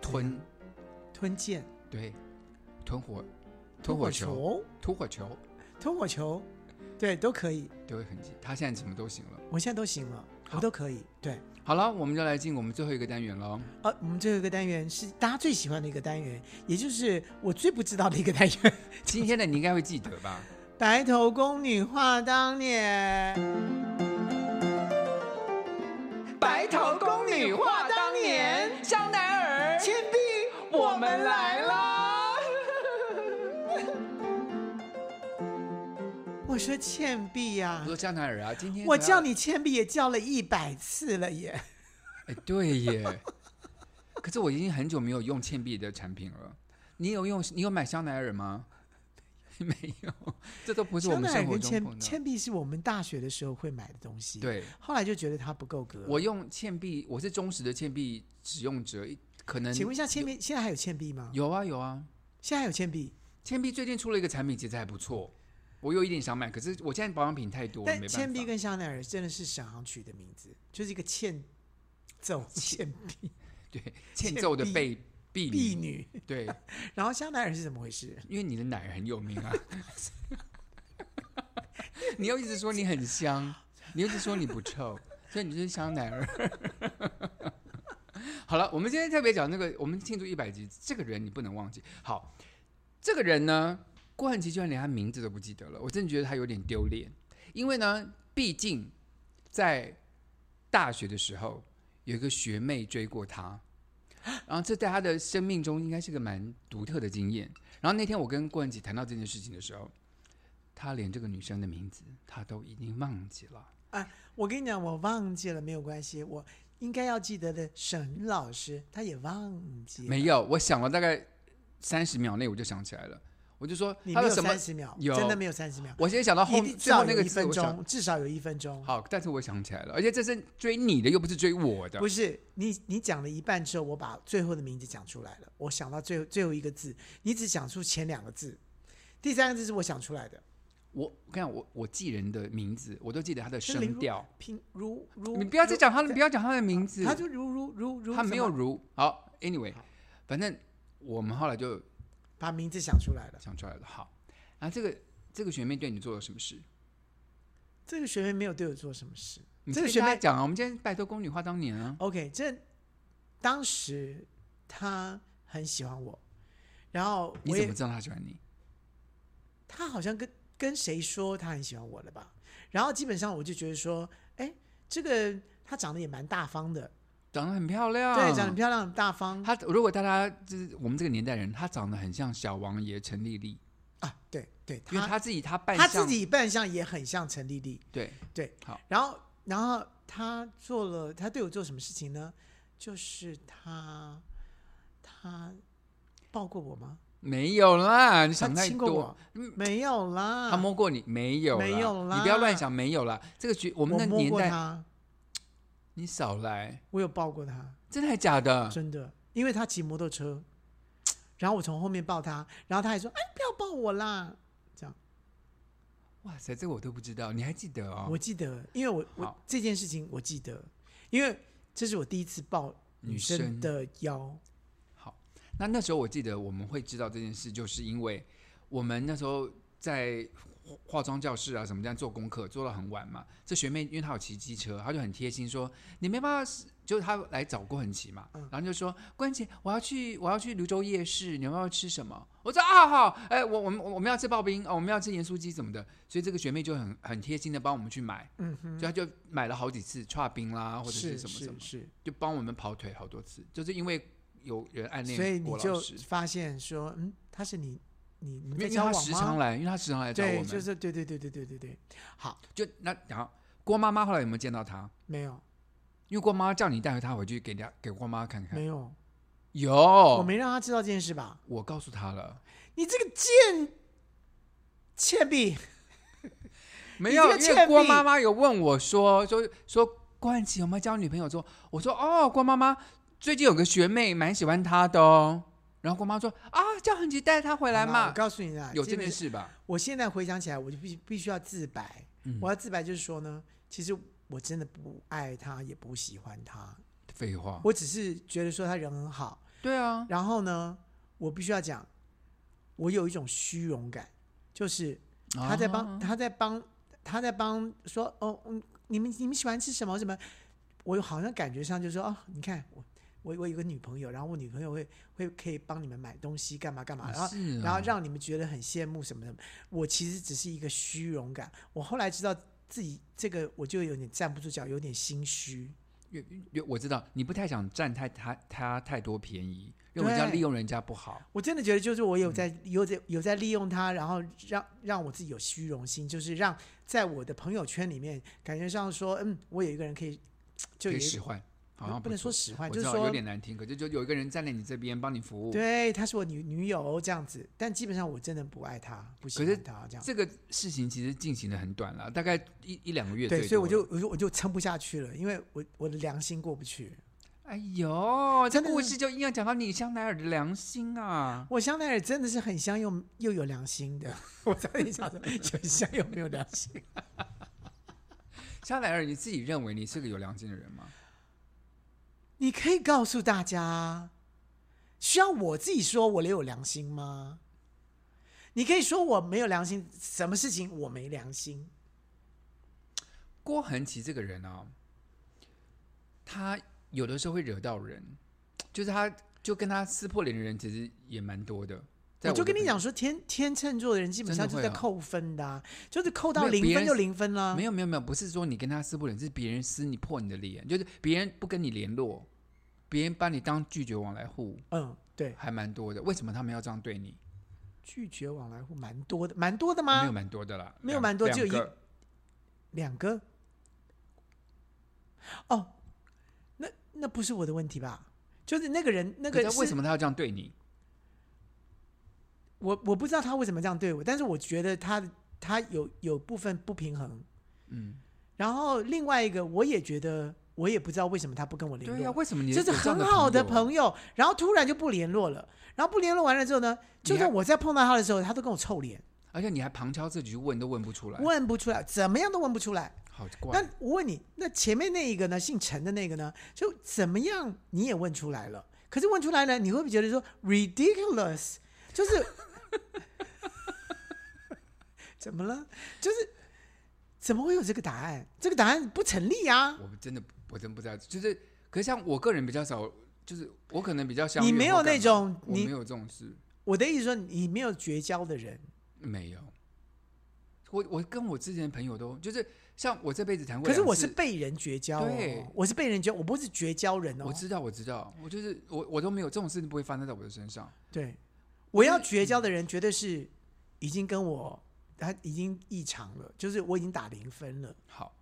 吞吞剑、对吞火吞火球。球、吐火球吞火球，对，都可以。丢一痕迹，他现在什么都行了。我现在都行了，我都可以。对，好了，我们就来进我们最后一个单元了。呃，我们最后一个单元是大家最喜欢的一个单元，也就是我最不知道的一个单元今天的你应该会记得吧？ ——白头宫女话当年。白头宫女话当年，香奈儿、倩碧，我们来啦！我说倩碧呀、我说江南儿啊，今天我叫你你倩碧也叫了一百次了耶。哎，对耶。可是我已经很久没有用倩碧的产品了。你有用？你有买香奈儿吗？ 没有，这都不是我香们奈生儿活跟中倩碰到。倩碧是我们大学的时候会买的东西。。对，后来就觉得它不够格。我用倩碧，我是忠实的倩碧使用者，可能请问一下，倩碧现在还有倩碧吗？有啊有啊，现在还有倩碧，倩碧最近出了一个产品，其实还不错，我有一点想买，可是我现在保养品太多，没但办法。倩碧跟香奈儿真的是小航取的名字，就是一个欠揍 倩碧对欠揍的碧被婢婢女，女。对，然后香奈儿是怎么回事？因为你的奶很有名啊， 你又一直说你很香，你又一直说你不臭，所以你就是香奶儿。 好了，我们今天特别讲那个，我们庆祝一百集，这个人你不能忘记。好，这个人呢，郭汉奇居然连他名字都不记得了，我真的觉得他有点丢脸，因为呢，毕竟在大学的时候有一个学妹追过他。然后这在他的生命中应该是个蛮独特的经验。然后那天我跟郭文琪谈到这件事情的时候，他连这个女生的名字他都已经忘记了。我跟你讲，我忘记了，没有关系，我应该要记得的。沈老师他也忘记了，没有，我想了大概三十秒内我就想起来了，我就说你他没的有什么三？十秒，有真的没有三十秒。我先想到后一定至最后少那有个一字，分我想钟，至少有一分钟。好，但是我想起来了，而且这是追你的，又不是追我的不。是你，你讲了一半之后，我把最后的名字讲出来了。我想到最后最后一个字，你只讲出前两个字，第三个字是我想出来的。我我跟你讲，我我记人的名字，我都记得他的是林声如调。拼如如，你不要再讲他的，如不要讲他的名字。他就如如如如，他没有什么如好，anyway，好反正我们后来就把名字想出来了。想出来了。好，然后这个这个学妹对你做了什么事？这个学妹没有对我做什么事，你这个跟学大家妹讲啊，我们今天拜托宫女话当年啊， OK，这当时她很喜欢我，然后你我怎也么知道她喜欢你？他好像跟跟谁说他很喜欢我了吧？然后基本上我就觉得说，哎，这个他长得也蛮大方的，长得很漂亮，对，长得很漂亮，很大方。她如果大家就是我们这个年代人，她长得很像小王爷陈丽丽，啊，对对，因为他他自己他扮他相自己扮相也很像陈丽丽，对对，好，然后然后他做了，他对我做什么事情呢？就是他他抱过我吗？没有啦，你想他太亲过多嗯我。没有啦，他摸过你没有？没有啦你不要乱想，没有啦。这个局我我们那摸年过代，他，你少来，我有抱过他，真的还假的？真的，因为他骑摩托车，然后我从后面抱他，然后他还说：“哎，不要抱我啦。”这样，哇塞，这个我都不知道，你还记得哦我？记得，因为我我好这件事情我记得，因为这是我第一次抱女女生哦生的腰，好，那那时候我记得我们会知道这件事，就是因为我们那时候在化化妆教室啊什么这样做功课，做到很晚嘛。这学妹因为她有骑机车，她就很贴心说：“你没办法，就是她来找郭恒琪嘛，嗯然后就说：‘关姐，我要去，我要去泸州夜市，你们要吃什么？’我说：‘啊，好，哎，我我们我们要吃刨冰哦，我们要吃盐酥鸡什么的。’所以这个学妹就很很贴心的帮我们去买，嗯哼，所以她就买了好几次串冰啦，或者是什么什么是，是，就帮我们跑腿好多次，就是因为有人暗所以恋你郭就老师，发现说，嗯，他是你你你因为在因为交他往时吗？常来，因为他时常来找我对，们，就是对对对对对对对，好，就那然后郭妈妈后来有没有见到他？没有因为郭妈妈叫你带他回去给人家给郭妈妈看看没，有，有我我没让他知道这件事吧？我告诉他了，你这个贱倩碧，没有，你这个因为倩郭碧妈妈有问我说说说郭汉奇有没有交女朋友？说我说哦，郭妈妈最近有个学妹蛮喜欢她的哦，然后郭妈说啊，叫恒奇带她回来好啦嘛哦我，告诉你啦，有这基本件上事吧？我现在回想起来，我就必必须要自白。嗯我要自白就是说呢，其实我真的不爱他，也不喜欢他，废话，我只是觉得说他人很好。对啊，然后呢，我必须要讲，我有一种虚荣感，就是他在帮、啊他在帮他在帮说哦，嗯，你们你们喜欢吃什么什么？我好像感觉上就说哦，你看我我我有个女朋友，然后我女朋友会会可以帮你们买东西干嘛干嘛，然后、是啊然后让你们觉得很羡慕什么什么。我其实只是一个虚荣感，我后来知道自己这个我就有点站不住脚，有点心虚。因为因为我知道你不太想占太他他太多便宜，因为人家对利用人家不好。我真的觉得，就是我有嗯在、有在有在利用它，然后让让我自己有虚荣心，就是让在我的朋友圈里面，感觉上说，嗯，我有一个人可以，就可有一以使个唤，好不像不能错说使唤，我就知是道说有，点难听，可是就有一个人站在你这边帮你服务。，对，啊她是我女女友这样子，但基本上我真的不爱她，不喜可是欢她这样。这个事情其实进行的很短了，大概一一两个月最对，多。所以我就我就我就撑不下去了，因为我我的良心过不去。哎呦，这真的故是事就硬要讲到你香奈儿的良心啊！我香奈儿真的是很香又又有良心的， 我差点想说有香又没有良心。香奈儿，你自己认为你是个有良心的人吗？你可以告诉大家，需要我自己说我有良心吗？你可以说我没有良心，什么事情我没良心？郭恒奇这个人啊，他有的时候会惹到人，就是他就跟他撕破脸的人其实也蛮多的。在我哦就的跟你朋友讲说，天天秤座的人基本上就真的是会在啊扣分的、啊，就是扣到没有别零分人就零分啦、没有没有没有，不是说你跟他撕破脸，是别人撕你破你的脸，就是别人不跟你联络，别人把你当拒绝往来户，嗯，对，还蛮多的。为什么他们要这样对你？拒绝往来户蛮多的，蛮多的没有吗？蛮多的啦，没有两蛮多只有两个两个。哦，那那不是我的问题吧？就是那个人，那个可是为么？什么他要这样对你？我我不知道他为什么这样对我，但是我觉得他他有有部分不平衡，嗯，然后另外一个我也觉得我也不知道为什么他不跟我联对络，呀、为什么你就是有这样很好的朋友啊朋友，然后突然就不联络了，然后不联络完了之后呢，你就还算我再碰到他的时候，他都跟我臭脸，而且你还旁敲侧击去问都问不出来，问不出来，怎么样都问不出来。好怪那。我问你，那前面那一个呢，姓陈的那个呢，就怎么样你也问出来了，可是问出来呢，你会不会觉得说 ridiculous，就是 怎么了？就是怎么会有这个答案？这个答案不成立啊！我真的我真不知道，就是可是像我个人比较少，就是我可能比较像你没有那种我你没有这种事。我的意思说，你没有绝交的人，没有，我我跟我之前的朋友都就是像我这辈子谈过可两是次，我是被人绝交、对哦，我是被人绝，我不是绝交人哦。我知道我知道，我就是我我都没有这种事情不会发生在我的身上。对，我要绝交的人绝对是已经跟我他已经异常了，就是我已经打零分了。好，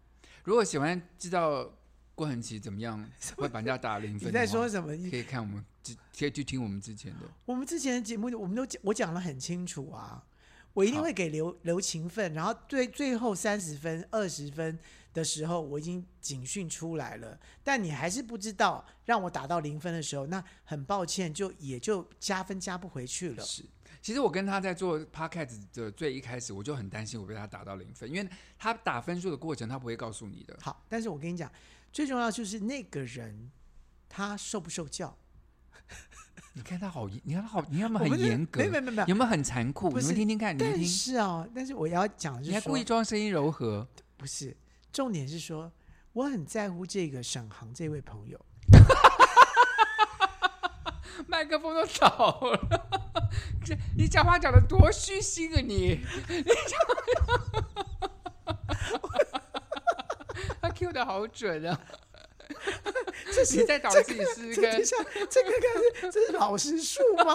如果喜欢知道郭恒奇怎么 样会把人家打零分，你在说什么？可以看我们之，可以去听我们之前的。我们之前的节目，我们都讲我讲的很清楚啊，我一定好会给留留情分，然后最最后三十分、二十分的时候，我已经警讯出来了，但你还是不知道，让我打到零分的时候，那很抱歉，就也就加分加不回去了。是，其实我跟他在做 podcast 的最一开始，我就很担心我被他打到零分，因为他打分数的过程他不会告诉你的。好，但是我跟你讲，最重要就是那个人他受不受教， 你看他好严，你看他好，你看我他们们很这严格，没没没没有没有很残酷？不你是们听听看，你们但听，是哦，但是我要讲的是你还说故意装声音柔和，不是，重点是说我很在乎这个沈航这位朋友。 麦克风都倒了。这你讲话讲的多虚心啊你！ 你讲，他 Q 的好准 啊！这是 你在导这自己个是一这个等一下这个该是这是老实树吗？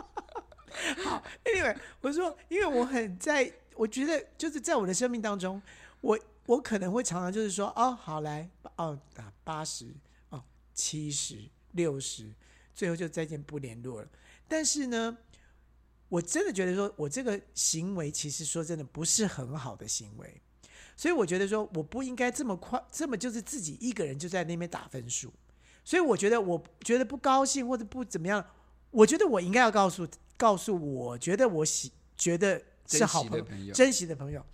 好，Anyway，我说，因为我很在，我觉得就是在我的生命当中，我我可能会常常就是说，哦，好来，哦，打八十，哦，七十，六十，最后就再见不联络了。但是呢，我真的觉得说我这个行为其实说真的不是很好的行为。所以我觉得说我不应该这么快，这么就是自己一个人就在那边打分数。所以我觉得我觉得不高兴或者不怎么样，我觉得我应该要告诉告诉我觉得我喜觉得是好珍惜的朋友珍惜的朋友。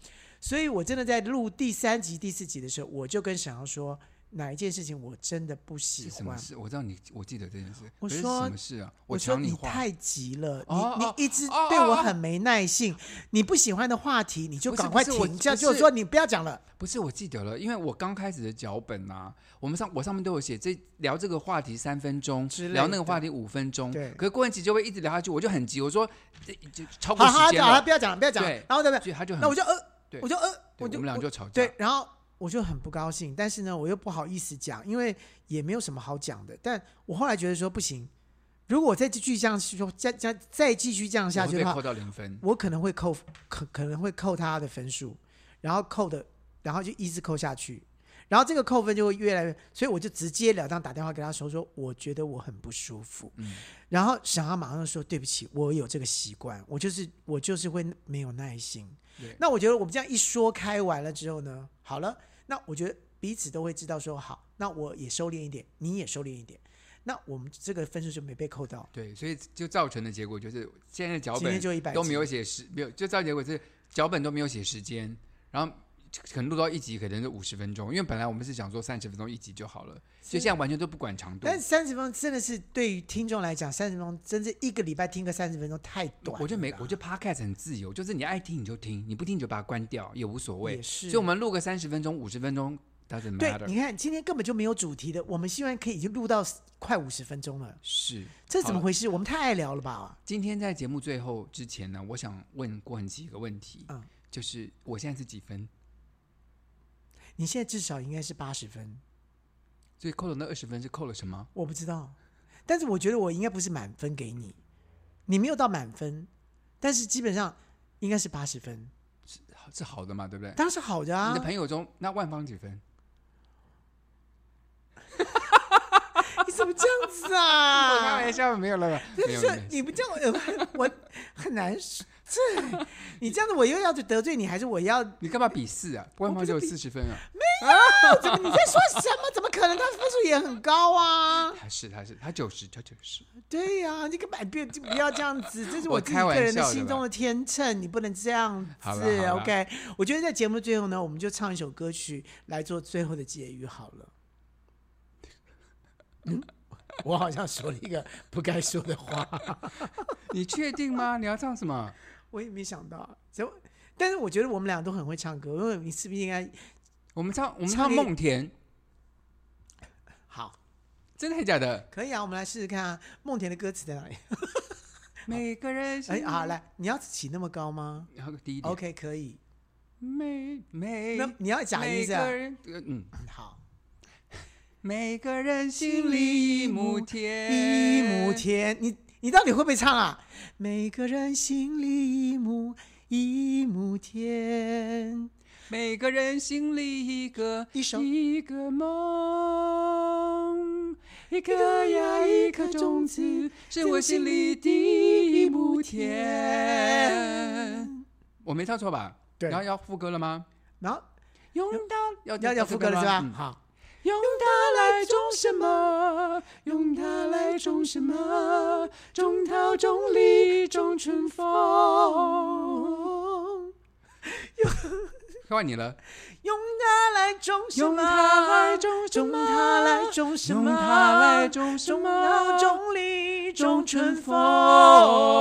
所以我真的在录第三集、第四集的时候，我就跟沈阳说哪一件事情我真的不喜是什么欢。事？我知道你，我记得这件事。我可是说什么事啊？我说抢你话。太急了，哦你哦你一直哦对我哦很没耐性。你不喜欢的话题，你就不是赶快不是我停，这样不就是是说你不要讲了。不是，我记得了，因为我刚开始的脚本啊，我们上我上面都有写，这聊这个话题三分钟之，类聊那个的话题五分钟，对可是郭文琪就会一直聊下去，我就很急，我说这就超好过好时间好好，了不，要讲了，不要讲了对。然后对不对？所以他就很，那我就呃对，我就呃，对就我们俩我就吵架，对，，然后我就很不高兴，但是呢，我又不好意思讲，因为也没有什么好讲的。但我后来觉得说不行，如果我再继续这样说，再再再继续这样下去被的话扣，到零分，我可能会扣可可能会扣他的分数，然后扣的，然后就一直扣下去，然后这个扣分就会越来越，所以我就直截了当打电话给他说说，我觉得我很不舒服，嗯然后沈航马上说对不起，我有这个习惯，我就是我就是会没有耐心对。那我觉得我们这样一说开完了之后呢，好了，那我觉得彼此都会知道说好，那我也收敛一点，你也收敛一点，那我们这个分数就没被扣到。对，所以就造成的结果就是现在的脚今天本就100都没有写时，没有，就造成结果是脚本都没有写时间，然后可能录到一集可能是五十分钟，因为本来我们是想说三十分钟一集就好了，所以现在完全都不管长度，但三十分钟真的是对于听众来讲，三十分钟真是一个礼拜听个三十分钟太短了啦。我就没，我就 podcast 很自由，就是你爱听你就听，你不听你就把它关掉也无所谓。也是所以我们录个三十分钟、五十分钟，doesn't 对， matter。你看今天根本就没有主题的，我们希望可以已经录到快五十分钟了，是，这怎么好回事？我们太爱聊了吧？今天在节目最后之前呢，我想问郭恒奇一个问题，嗯就是我现在是几分？你现在至少应该是八十分，所以扣了那二十分是扣了什么？我不知道，但是我觉得我应该不是满分给你，你没有到满分，但是基本上应该是八十分，是好的嘛，对不对？当然是好的啊你的。朋友中，那万芳几分？你怎么这样子 我开啊？玩笑，没有了，就没有是没有你不这样，我我很难说。这你这样子，我又要得罪你，还是我要？你干嘛比四啊？万芳只有四十分啊！怎么你在说什么？怎么可能？他分数也很高啊！他是他是他九十，他九十。对呀、你根本不就不要这样子，这是我我自己开个玩人的笑的心中啦的天秤，你不能这样好啦子。好啦 OK，我觉得在节目最后呢，我们就唱一首歌曲来做最后的结语好了。嗯， 我好像说了一个不该说的话。你确定吗？你要唱什么？我也没想到，就但是我觉得我们俩都很会唱歌，因为你是不是应该我们唱我们唱唱那个梦田，好？真的还假的？可以啊，我们来试试看啊，梦田的歌词在 哪里？每个人哎，心好，来，你要起那么高吗然后第一点？OK，可以。每每那你要假音每是吧个人呃嗯，好，每个人心里一亩田，一亩，田，你你到底会不会唱啊？每个人心里一亩一亩田，每个人心里一个一首一个梦，一个颗呀呀一一颗颗种种子子，是我心里第一亩田。。我没唱错吧？对然后要副歌了吗？然后用它要要要副歌了是吧？嗯好，用它来种什么？用它来种什么？种桃、种梨、种春风。换你了，用它来种什么？用它来种什种么它来种什么？用它来种什么？种梨，种春风。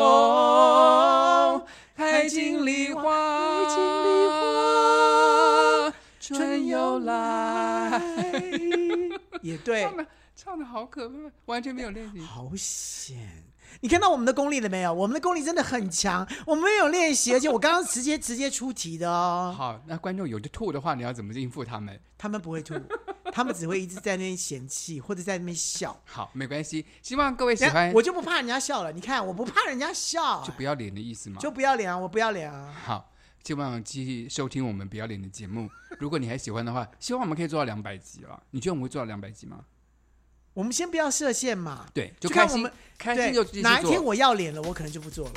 开尽梨花，开尽梨花，春又来。也对唱，的唱的好可怕，完全没有练习。好险！你看到我们的功力了没有？我们的功力真的很强，我们没有练习，而且我刚刚直接直接出题的哦。好，那观众有的吐的话，你要怎么应付他们？他们不会吐，他们只会一直在那边嫌弃或者在那边笑。好，没关系，希望各位喜等下欢，我就不怕人家笑了，你看我不怕人家笑、就不要脸的意思嘛。就不要脸啊！我不要脸啊！好，希望继续收听我们不要脸的节目。如果你还喜欢的话，希望我们可以做到两百集了。你觉得我们会做到两百集吗？我们先不要设限嘛，对，就就看开我心们，开心就对，继续哪一天做。我要脸了，我可能就不做了。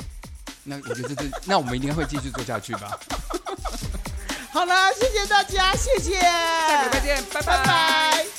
那我觉得这，那我们应该会继续做下去吧。好了，谢谢大家，谢谢，下个礼拜见，拜拜拜